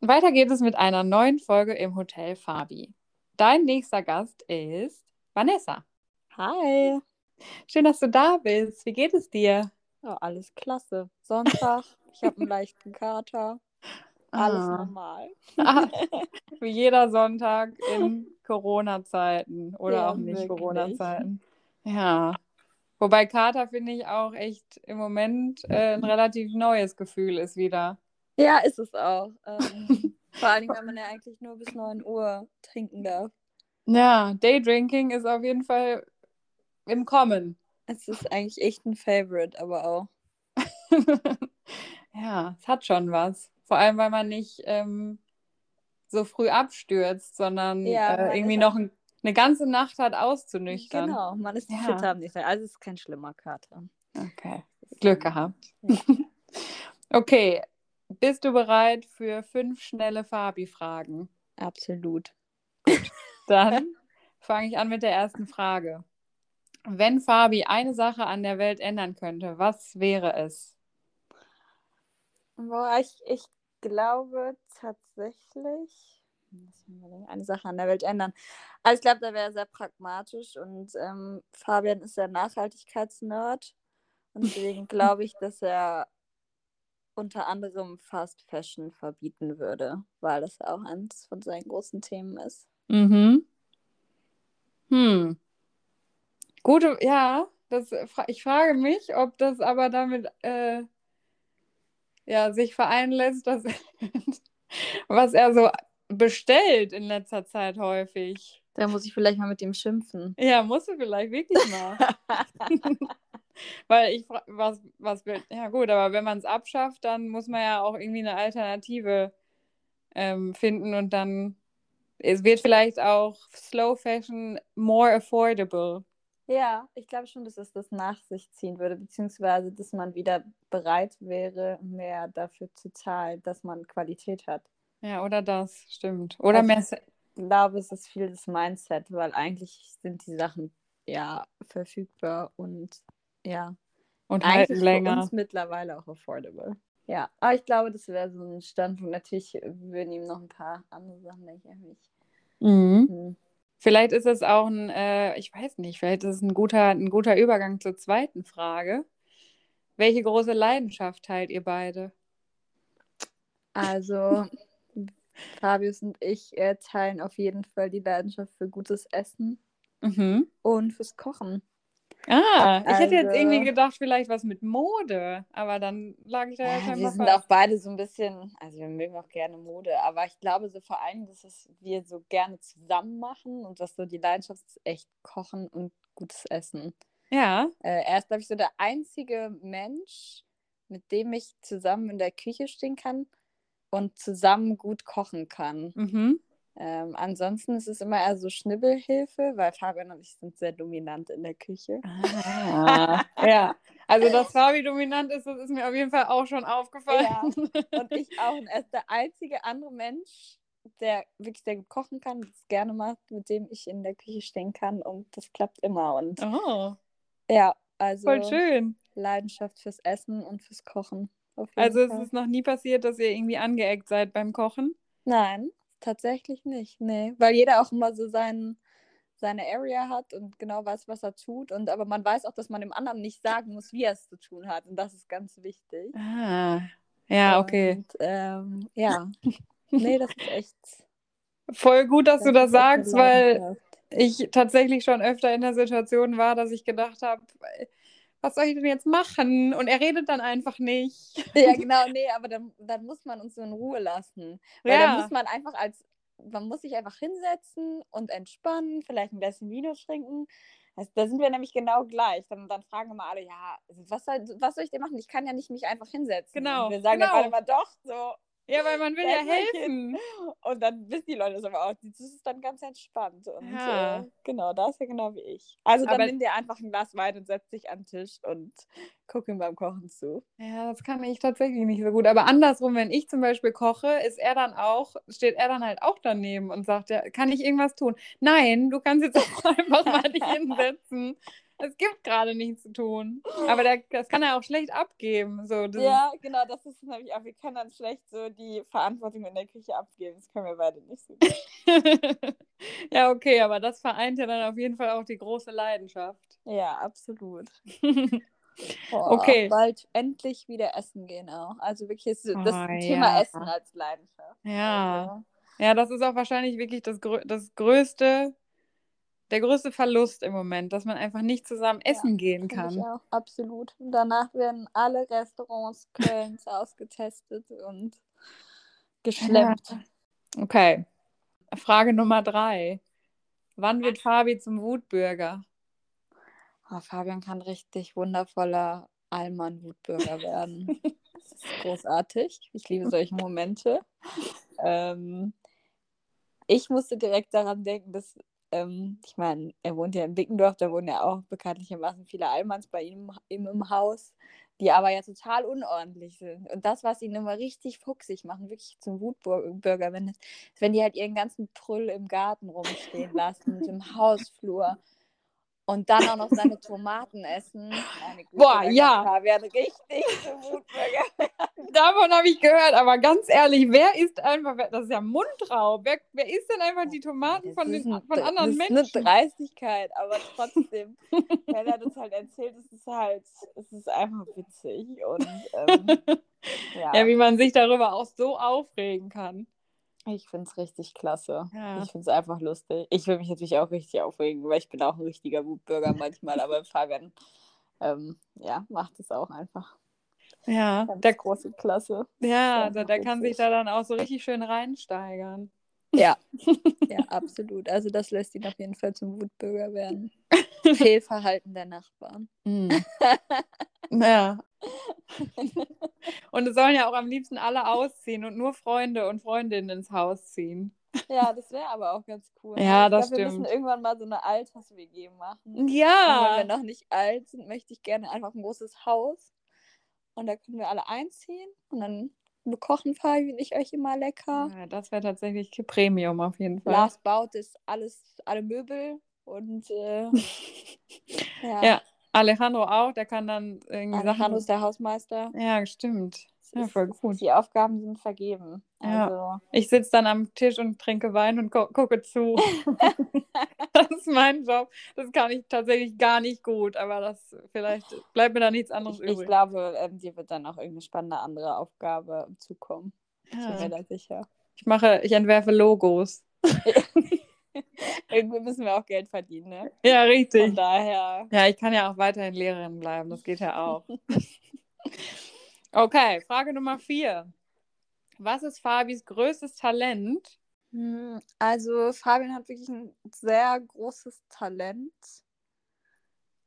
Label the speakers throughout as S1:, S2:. S1: Weiter geht es mit einer neuen Folge im Hotel Fabi. Dein nächster Gast ist Vanessa.
S2: Hi.
S1: Schön, dass du da bist. Wie geht es dir?
S2: Ja, alles klasse. Sonntag, ich habe einen leichten Kater. Alles
S1: Ah.
S2: normal.
S1: Ah, Wie jeder Sonntag in Corona-Zeiten oder
S2: Ja,
S1: auch nicht
S2: wirklich.
S1: Corona-Zeiten. Ja. Wobei Kater finde ich auch echt im Moment äh, ein relativ neues Gefühl ist wieder.
S2: Ja, ist es auch. Ähm, vor allen Dingen, wenn man ja eigentlich nur bis 9 Uhr trinken darf.
S1: Ja, Daydrinking ist auf jeden Fall im Kommen.
S2: Es ist eigentlich echt ein Favorite, aber auch.
S1: ja, es hat schon was. Vor allem, weil man nicht ähm, so früh abstürzt, sondern
S2: Ja, man
S1: äh, irgendwie
S2: ist- halt
S1: noch ein, eine ganze Nacht hat auszunüchtern.
S2: Genau, man ist
S1: Ja.
S2: fitter am nächsten Tag. Also es ist kein schlimmer Kater. Ähm,
S1: Okay, Glück gehabt.
S2: Ja.
S1: okay, bist du bereit für fünf schnelle Fabi-Fragen?
S2: Absolut.
S1: Dann fange ich an mit der ersten Frage. Wenn Fabi eine Sache an der Welt ändern könnte, was wäre es?
S2: Boah, ich, ich glaube tatsächlich, muss ich mir überlegen, eine Sache an der Welt ändern. Also ich glaube, da wäre er sehr pragmatisch und ähm, Fabian ist der Nachhaltigkeitsnerd. Und deswegen glaube ich, dass er unter anderem Fast Fashion verbieten würde, weil das ja auch eins von seinen großen Themen ist.
S1: Mhm. Hm. Gute, ja, das, fra- ich frage mich, ob das aber damit äh, ja, sich vereinen lässt, dass, was er so bestellt in letzter Zeit häufig.
S2: Da muss ich vielleicht mal mit ihm schimpfen.
S1: Ja, musst du vielleicht wirklich mal. Weil ich, fra- was, was, will- ja gut, aber wenn man es abschafft, dann muss man ja auch irgendwie eine Alternative ähm, finden und dann, es wird vielleicht auch Slow Fashion more affordable.
S2: Ja, ich glaube schon, dass es das nach sich ziehen würde, beziehungsweise dass man wieder bereit wäre, mehr dafür zu zahlen, dass man Qualität hat.
S1: Ja, oder das, stimmt. Oder
S2: Also-
S1: mehr, Se-
S2: Ich glaube, es ist viel das Mindset, weil eigentlich sind die Sachen ja verfügbar und ja,
S1: und halten
S2: eigentlich für
S1: länger.
S2: uns mittlerweile auch affordable. Ja, aber ich glaube, das wäre so ein Standpunkt. Natürlich würden ihm noch ein paar andere Sachen, denke ich, nicht.
S1: Mhm.
S2: Hm.
S1: Vielleicht ist es auch ein, äh, ich weiß nicht, vielleicht ist es ein guter, ein guter Übergang zur zweiten Frage. Welche große Leidenschaft teilt ihr beide?
S2: Also, Fabius und ich äh, teilen auf jeden Fall die Leidenschaft für gutes Essen.
S1: Mhm.
S2: Und fürs Kochen.
S1: Ah, ich hätte jetzt
S2: Also-
S1: irgendwie gedacht, vielleicht was mit Mode, aber dann lag ich da ja,
S2: Ja, wir
S1: scheinbar
S2: sind
S1: falsch.
S2: auch beide so ein bisschen, also wir mögen auch gerne Mode, aber ich glaube so vor allem, dass es wir so gerne zusammen machen und was so die Leidenschaft ist, echt kochen und gutes Essen.
S1: Ja,
S2: Äh, er ist, glaube ich, so der einzige Mensch, mit dem ich zusammen in der Küche stehen kann und zusammen gut kochen kann.
S1: mhm.
S2: Ähm, ansonsten ist es immer eher so Schnibbelhilfe, weil Fabian und ich sind sehr dominant in der Küche.
S1: Ah, ja. Also, dass Fabi dominant ist, das ist mir auf jeden Fall auch schon aufgefallen.
S2: Und ich auch. Und er ist der einzige andere Mensch, der wirklich sehr gut kochen kann, das gerne macht, mit dem ich in der Küche stehen kann. Und das klappt immer. Und
S1: Oh,
S2: ja, also
S1: voll schön.
S2: Leidenschaft fürs Essen und fürs Kochen. Auf jeden
S1: Also, es
S2: Fall.
S1: ist noch nie passiert, dass ihr irgendwie angeeckt seid beim Kochen.
S2: Nein, tatsächlich nicht. Nee. Weil jeder auch immer so seinen seine Area hat und genau weiß, was er tut. Und aber man weiß auch, dass man dem anderen nicht sagen muss, wie er es zu tun hat. Und das ist ganz wichtig.
S1: Ah, ja, okay.
S2: Und, ähm, ja. Nee, das ist echt.
S1: Voll gut, dass du das
S2: ist echt eine
S1: sagst, weil
S2: Leidenschaft.
S1: ich tatsächlich schon öfter in der Situation war, dass ich gedacht habe, "Äh, was soll ich denn jetzt machen? Und er redet dann einfach nicht.
S2: Ja, genau, nee, aber dann, dann muss man uns so in Ruhe lassen. Weil dann muss man einfach als. Man muss sich einfach hinsetzen und entspannen, vielleicht ein bisschen Vino trinken. Also, da sind wir nämlich genau gleich. Dann, dann fragen immer alle, ja, was soll, was soll ich denn machen? Ich kann ja nicht mich einfach hinsetzen.
S1: Genau,
S2: Und wir sagen dann
S1: genau.
S2: alle immer doch so.
S1: Ja, weil man will ja
S2: Setz euch
S1: helfen.
S2: Und dann wissen die Leute das aber auch. Das ist dann ganz entspannt. Und
S1: Ja.
S2: äh, genau, da ist er genau wie ich. Also dann
S1: Aber-
S2: nimm dir einfach ein Glas Wein und setz dich an den Tisch und guck ihm beim Kochen zu.
S1: Ja, das kann ich tatsächlich nicht so gut. Aber andersrum, wenn ich zum Beispiel koche, ist er dann auch, steht er dann halt auch daneben und sagt, ja, kann ich irgendwas tun? Nein, du kannst jetzt auch einfach mal dich hinsetzen. Es gibt gerade nichts zu tun. Aber der, das kann er auch schlecht abgeben. So, das
S2: Ja, genau, das ist nämlich auch. Wir können dann schlecht so die Verantwortung in der Küche abgeben. Das können wir beide nicht so gut.
S1: ja, okay, aber das vereint ja dann auf jeden Fall auch die große Leidenschaft.
S2: Ja, absolut. Boah,
S1: Okay.
S2: Bald endlich wieder essen gehen auch. Also wirklich, ist, das
S1: Oh,
S2: Thema
S1: ja.
S2: Essen als Leidenschaft.
S1: ja.
S2: Also,
S1: Ja, das ist auch wahrscheinlich wirklich das, grö das größte, der größte Verlust im Moment, dass man einfach nicht zusammen essen gehen
S2: finde
S1: kann.
S2: Ich auch, absolut. Und danach werden alle Restaurants Kölns ausgetestet und geschlemmt.
S1: Okay. Frage Nummer drei. Wann wird Fabi zum Wutbürger?
S2: Oh, Fabian kann richtig wundervoller Allmann-Wutbürger werden. das ist großartig. Ich liebe solche Momente. Ähm, ich musste direkt daran denken, dass, ähm, ich meine, er wohnt ja in Bickendorf, da wohnen ja auch bekanntlichermaßen viele Allmanns bei ihm, ihm im Haus, die aber ja total unordentlich sind. Und das, was ihn immer richtig fuchsig machen, wirklich zum Wutbürger, wenn, wenn die halt ihren ganzen Prüll im Garten rumstehen lassen, und im Hausflur. Und dann auch noch seine Tomaten essen. Meine Güte,
S1: Boah,
S2: da kann
S1: ja.
S2: Fabian richtig zum Wutbürger.
S1: Davon habe ich gehört, aber ganz ehrlich, wer isst einfach, wer- das ist ja Mundraub, wer, wer isst denn einfach die Tomaten
S2: Das
S1: von,
S2: ist
S1: den,
S2: ein-
S1: von anderen
S2: das
S1: Menschen?
S2: ist eine Dreistigkeit, aber trotzdem, wenn er das halt erzählt, ist es halt, es ist einfach witzig und ähm, ja,
S1: Ja, wie man sich darüber auch so aufregen kann.
S2: ich finde es richtig klasse.
S1: Ja.
S2: Ich finde es einfach lustig. Ich will mich natürlich auch richtig aufregen, weil ich bin auch ein richtiger Wutbürger manchmal, aber Fabian, ähm, ja, macht es auch einfach.
S1: Ja,
S2: Ganz
S1: der,
S2: große Klasse.
S1: ja,
S2: ist
S1: der,
S2: einfach
S1: der kann sich
S2: witzig.
S1: da dann auch so richtig schön reinsteigern.
S2: Ja, ja, absolut. Also das lässt ihn auf jeden Fall zum Wutbürger werden. Fehlverhalten der Nachbarn.
S1: Mhm. Ja. Und es sollen ja auch am liebsten alle ausziehen und nur Freunde und Freundinnen ins Haus ziehen.
S2: Ja, das wäre aber auch ganz cool.
S1: Ja,
S2: Aber ich
S1: das
S2: glaub, Wir
S1: stimmt.
S2: müssen irgendwann mal so eine Alters-WG machen. Und
S1: Ja.
S2: wenn wir noch nicht alt sind, möchte ich gerne einfach ein großes Haus. Und da können wir alle einziehen. Und dann bekochen Fabi und ich euch immer lecker.
S1: ja das wäre tatsächlich Premium auf jeden Fall.
S2: Lars baut das alles, alle Möbel. Und äh, ja,
S1: Ja, Alejandro auch, der kann dann irgendwie
S2: Alejandro ist der Hausmeister.
S1: Sachen. Ja, stimmt.
S2: Es
S1: Ja,
S2: ist-
S1: voll gut.
S2: Die Aufgaben sind vergeben.
S1: Ja.
S2: Also,
S1: Ich sitze dann am Tisch und trinke Wein und gu gucke zu. das ist mein Job. Das kann ich tatsächlich gar nicht gut, aber das vielleicht bleibt mir da nichts anderes
S2: ich, ich
S1: übrig.
S2: glaube, ähm, dir wird dann auch irgendeine spannende andere Aufgabe zukommen. Ich bin mir
S1: ja.
S2: da sicher.
S1: Ich mache, ich entwerfe Logos.
S2: Irgendwie müssen wir auch Geld verdienen, ne?
S1: Ja, richtig.
S2: Von daher.
S1: Ja, ich kann ja auch weiterhin Lehrerin bleiben. Das geht ja auch. Okay, Frage Nummer vier. Was ist Fabis größtes Talent?
S2: Hm, Also Fabian hat wirklich ein sehr großes Talent,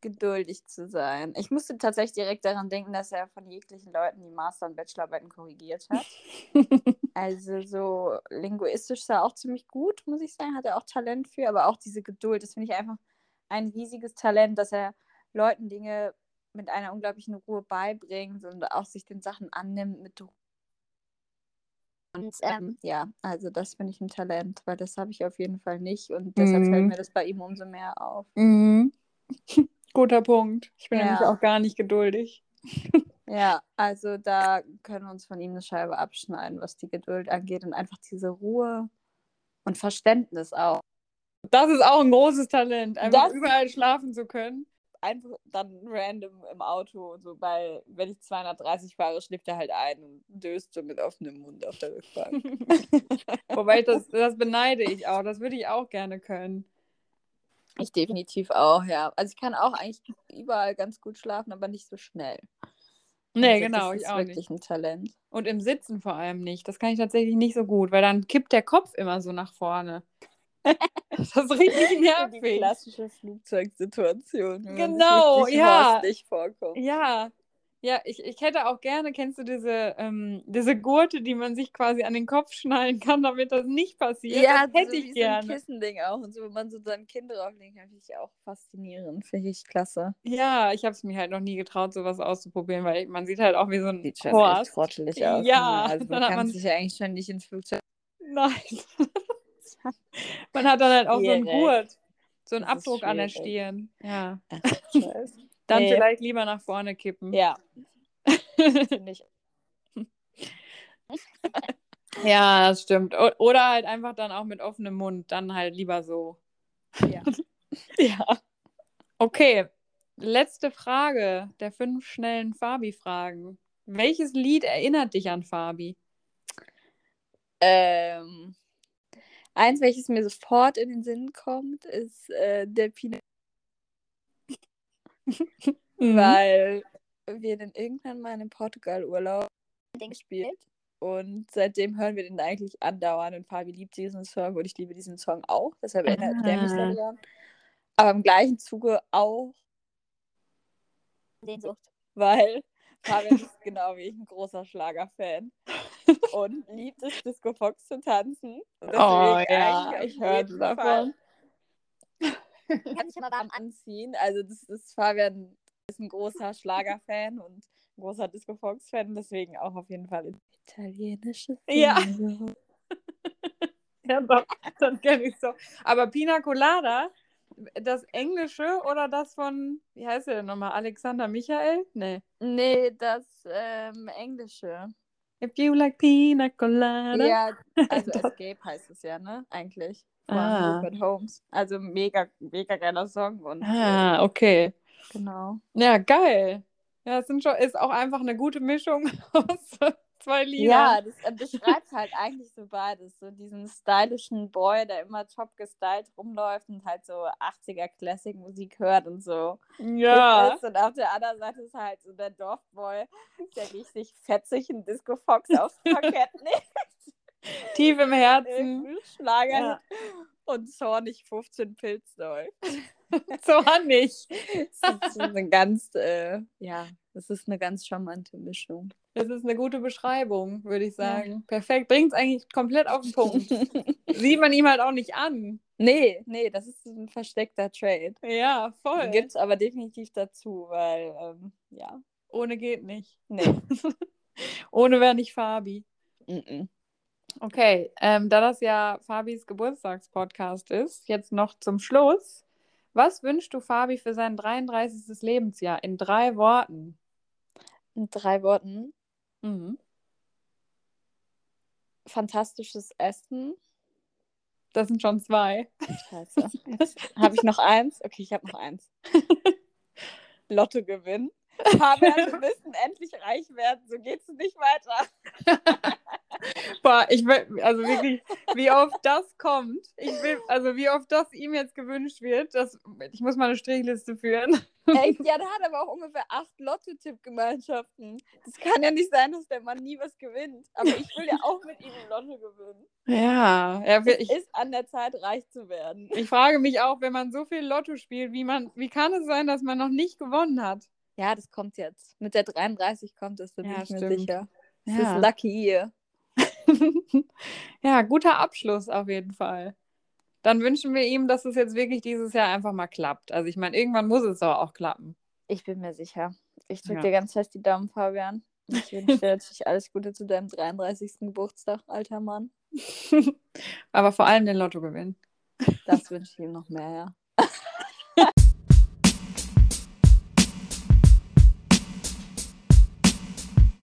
S2: geduldig zu sein. Ich musste tatsächlich direkt daran denken, dass er von jeglichen Leuten die Master- und Bachelorarbeiten korrigiert hat. Also so linguistisch ist er auch ziemlich gut, muss ich sagen, hat er auch Talent für, aber auch diese Geduld, das finde ich einfach ein riesiges Talent, dass er Leuten Dinge mit einer unglaublichen Ruhe beibringt und auch sich den Sachen annimmt mit Ruhe. Und ähm, ja, also das finde ich ein Talent, weil das habe ich auf jeden Fall nicht und deshalb
S1: Mhm.
S2: fällt mir das bei ihm umso mehr auf.
S1: Mhm. Guter Punkt. Ich bin
S2: Ja.
S1: nämlich auch gar nicht geduldig.
S2: Ja, also da können wir uns von ihm eine Scheibe abschneiden, was die Geduld angeht und einfach diese Ruhe und Verständnis auch.
S1: Das ist auch ein großes Talent, einfach
S2: Das-
S1: überall schlafen zu können.
S2: einfach dann random im Auto und so bei, wenn ich 230 fahre, schläft er halt ein und döst so mit offenem Mund auf der Rückbank.
S1: Wobei ich das, das beneide ich auch. Das würde ich auch gerne können.
S2: ich definitiv auch, ja. Also ich kann auch eigentlich überall ganz gut schlafen, aber nicht so schnell.
S1: Nee,
S2: also
S1: genau,
S2: das
S1: ich
S2: ist
S1: auch
S2: wirklich
S1: nicht.
S2: ein Talent.
S1: Und im Sitzen vor allem nicht. Das kann ich tatsächlich nicht so gut, weil dann kippt der Kopf immer so nach vorne. Das ist richtig
S2: Die
S1: nervig.
S2: klassische Flugzeugsituation. wenn man sich
S1: Genau,
S2: richtig
S1: ja.
S2: horstlich vorkommt.
S1: Ja, ja, ich, ich hätte auch gerne, kennst du diese, ähm, diese Gurte, die man sich quasi an den Kopf schnallen kann, damit das nicht passiert? das hätte
S2: so wie
S1: ich
S2: So ein
S1: gerne.
S2: Kissending auch und so, wenn man so sein Kind drauflegen kann, finde ich auch faszinierend, finde ich klasse.
S1: Ja, ich habe es mir halt noch nie getraut, sowas auszuprobieren, weil man sieht halt auch wie so ein
S2: Sieht schon echt
S1: Horst.
S2: trottelig
S1: Ja,
S2: aus. ne? also
S1: dann
S2: man
S1: hat
S2: kann
S1: man-
S2: sich ja eigentlich schon nicht ins Flugzeug
S1: Nein. man hat dann halt auch so einen
S2: Schwierig.
S1: Gurt. So ein
S2: Das ist
S1: Abdruck an der
S2: schwierig.
S1: Stirn. Ja.
S2: Scheiß.
S1: Dann
S2: Nee.
S1: vielleicht lieber nach vorne kippen.
S2: ja. Finde ich.
S1: Ja, das stimmt. O oder halt einfach dann auch mit offenem Mund. Dann halt lieber so.
S2: Ja. ja.
S1: Okay, letzte Frage der fünf schnellen Fabi-Fragen. Welches Lied erinnert dich an Fabi?
S2: Ähm, eins, welches mir sofort in den Sinn kommt, ist äh, der Pina,
S1: Mhm.
S2: weil wir den irgendwann mal in Portugal Urlaub gespielt und seitdem hören wir den eigentlich andauernd und Fabi liebt diesen Song und ich liebe diesen Song auch, deshalb erinnert der mich
S1: Ah.
S2: sehr daran. Aber im gleichen Zuge auch Sehnsucht, weil Fabian ist genau wie ich ein großer Schlagerfan und liebt es, Disco Fox zu tanzen. Deswegen
S1: ja,
S2: eigentlich auf
S1: ich hörte
S2: jeden
S1: davon.
S2: Fall
S3: Kann sich aber
S2: am
S3: warm
S2: Anziehen. Also das ist Fabian ist ein großer Schlagerfan und ein großer Disco Fox Fan, deswegen auch auf jeden Fall italienische
S1: Ja.
S2: Sehnsucht.
S1: Ja, doch, das kenne ich so. Aber Pina Colada, das englische oder das von, wie heißt er denn nochmal? Alexander Michael? Nee.
S2: Nee, das ähm, Englische.
S1: If you like Pina Colada.
S2: Ja, also
S1: Das-
S2: Escape heißt es ja, ne? Eigentlich. Von
S1: Ah.
S2: Rupert Holmes. Also mega, mega geiler Song und äh,
S1: Ah, okay.
S2: genau.
S1: Ja, geil. Ja, es sind schon, ist auch einfach eine gute Mischung aus zwei Liedern.
S2: Ja, das äh, beschreibt halt eigentlich so beides. So diesen stylischen Boy, der immer top gestylt rumläuft und halt so 80er Classic Musik hört und so. hip Ist. Und auf der anderen Seite ist halt so der Dorfboy, der richtig fetzig einen Disco Fox aufs Parkett nimmt.
S1: tief im
S2: Mhm.
S1: Herzen.
S2: Irgendein Schlager
S1: Ja.
S2: und zornig 15 Pilz neu.
S1: So nicht.
S2: Das ist eine ganz, äh, ja, das ist eine ganz charmante Mischung.
S1: Das ist eine gute Beschreibung, würde ich sagen. Perfekt. Bringt es eigentlich komplett auf den Punkt. Sieht man ihm halt auch nicht an.
S2: nee, nee, das ist ein versteckter Trade.
S1: Ja, voll.
S2: Gibt es aber definitiv dazu, weil, ähm, ja,
S1: Ohne geht nicht.
S2: nee.
S1: Ohne wäre nicht Fabi.
S2: mm, mm.
S1: Okay, ähm, da das ja Fabis Geburtstagspodcast ist, jetzt noch zum Schluss. Was wünschst du Fabi für sein 33. Lebensjahr in drei Worten?
S2: In drei Worten, fantastisches Essen.
S1: Das sind schon zwei.
S2: Scheiße. Habe ich noch eins? Okay, ich habe noch eins. Lotto gewinnen. Fabian, wir müssen endlich reich werden, so geht's nicht weiter.
S1: Boah, ich will, also wirklich, wie oft das kommt, ich will, also wie oft das ihm jetzt gewünscht wird, das, ich muss mal eine Strichliste führen.
S2: Echt? Ja, der hat aber auch ungefähr acht Lotto-Tipp-Gemeinschaften. Das kann ja nicht sein, dass der Mann nie was gewinnt. Aber ich will ja auch mit ihm im Lotto gewinnen.
S1: Ja, ja
S2: Es
S1: ich,
S2: ist an der Zeit, reich zu werden.
S1: ich frage mich auch, wenn man so viel Lotto spielt, wie, man, wie kann es sein, dass man noch nicht gewonnen hat?
S2: Ja, das kommt jetzt. Mit der 33 kommt das, da bin
S1: Ja,
S2: ich mir
S1: stimmt.
S2: sicher. Das
S1: Ja.
S2: ist Lucky Year.
S1: ja, guter Abschluss auf jeden Fall. Dann wünschen wir ihm, dass es jetzt wirklich dieses Jahr einfach mal klappt. Also ich meine, irgendwann muss es doch auch klappen.
S2: Ich bin mir sicher. Ich drücke
S1: Ja.
S2: dir ganz fest die Daumen, Fabian. Ich wünsche dir natürlich alles Gute zu deinem 33. Geburtstag, alter Mann.
S1: Aber vor allem den Lotto gewinnen.
S2: Das wünsche ich ihm noch mehr, ja.